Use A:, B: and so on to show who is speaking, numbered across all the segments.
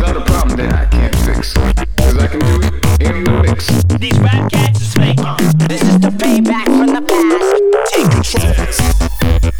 A: that I can't fix. Cause I can do it in the mix.
B: These rap cats is fake. Uh, This is the payback from the past. Take control.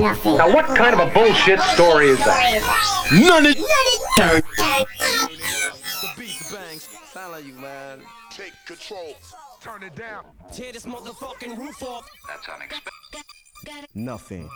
C: Nothing.
D: Now, what kind of a bullshit story is that?
E: None of
B: Take control.
E: nothing.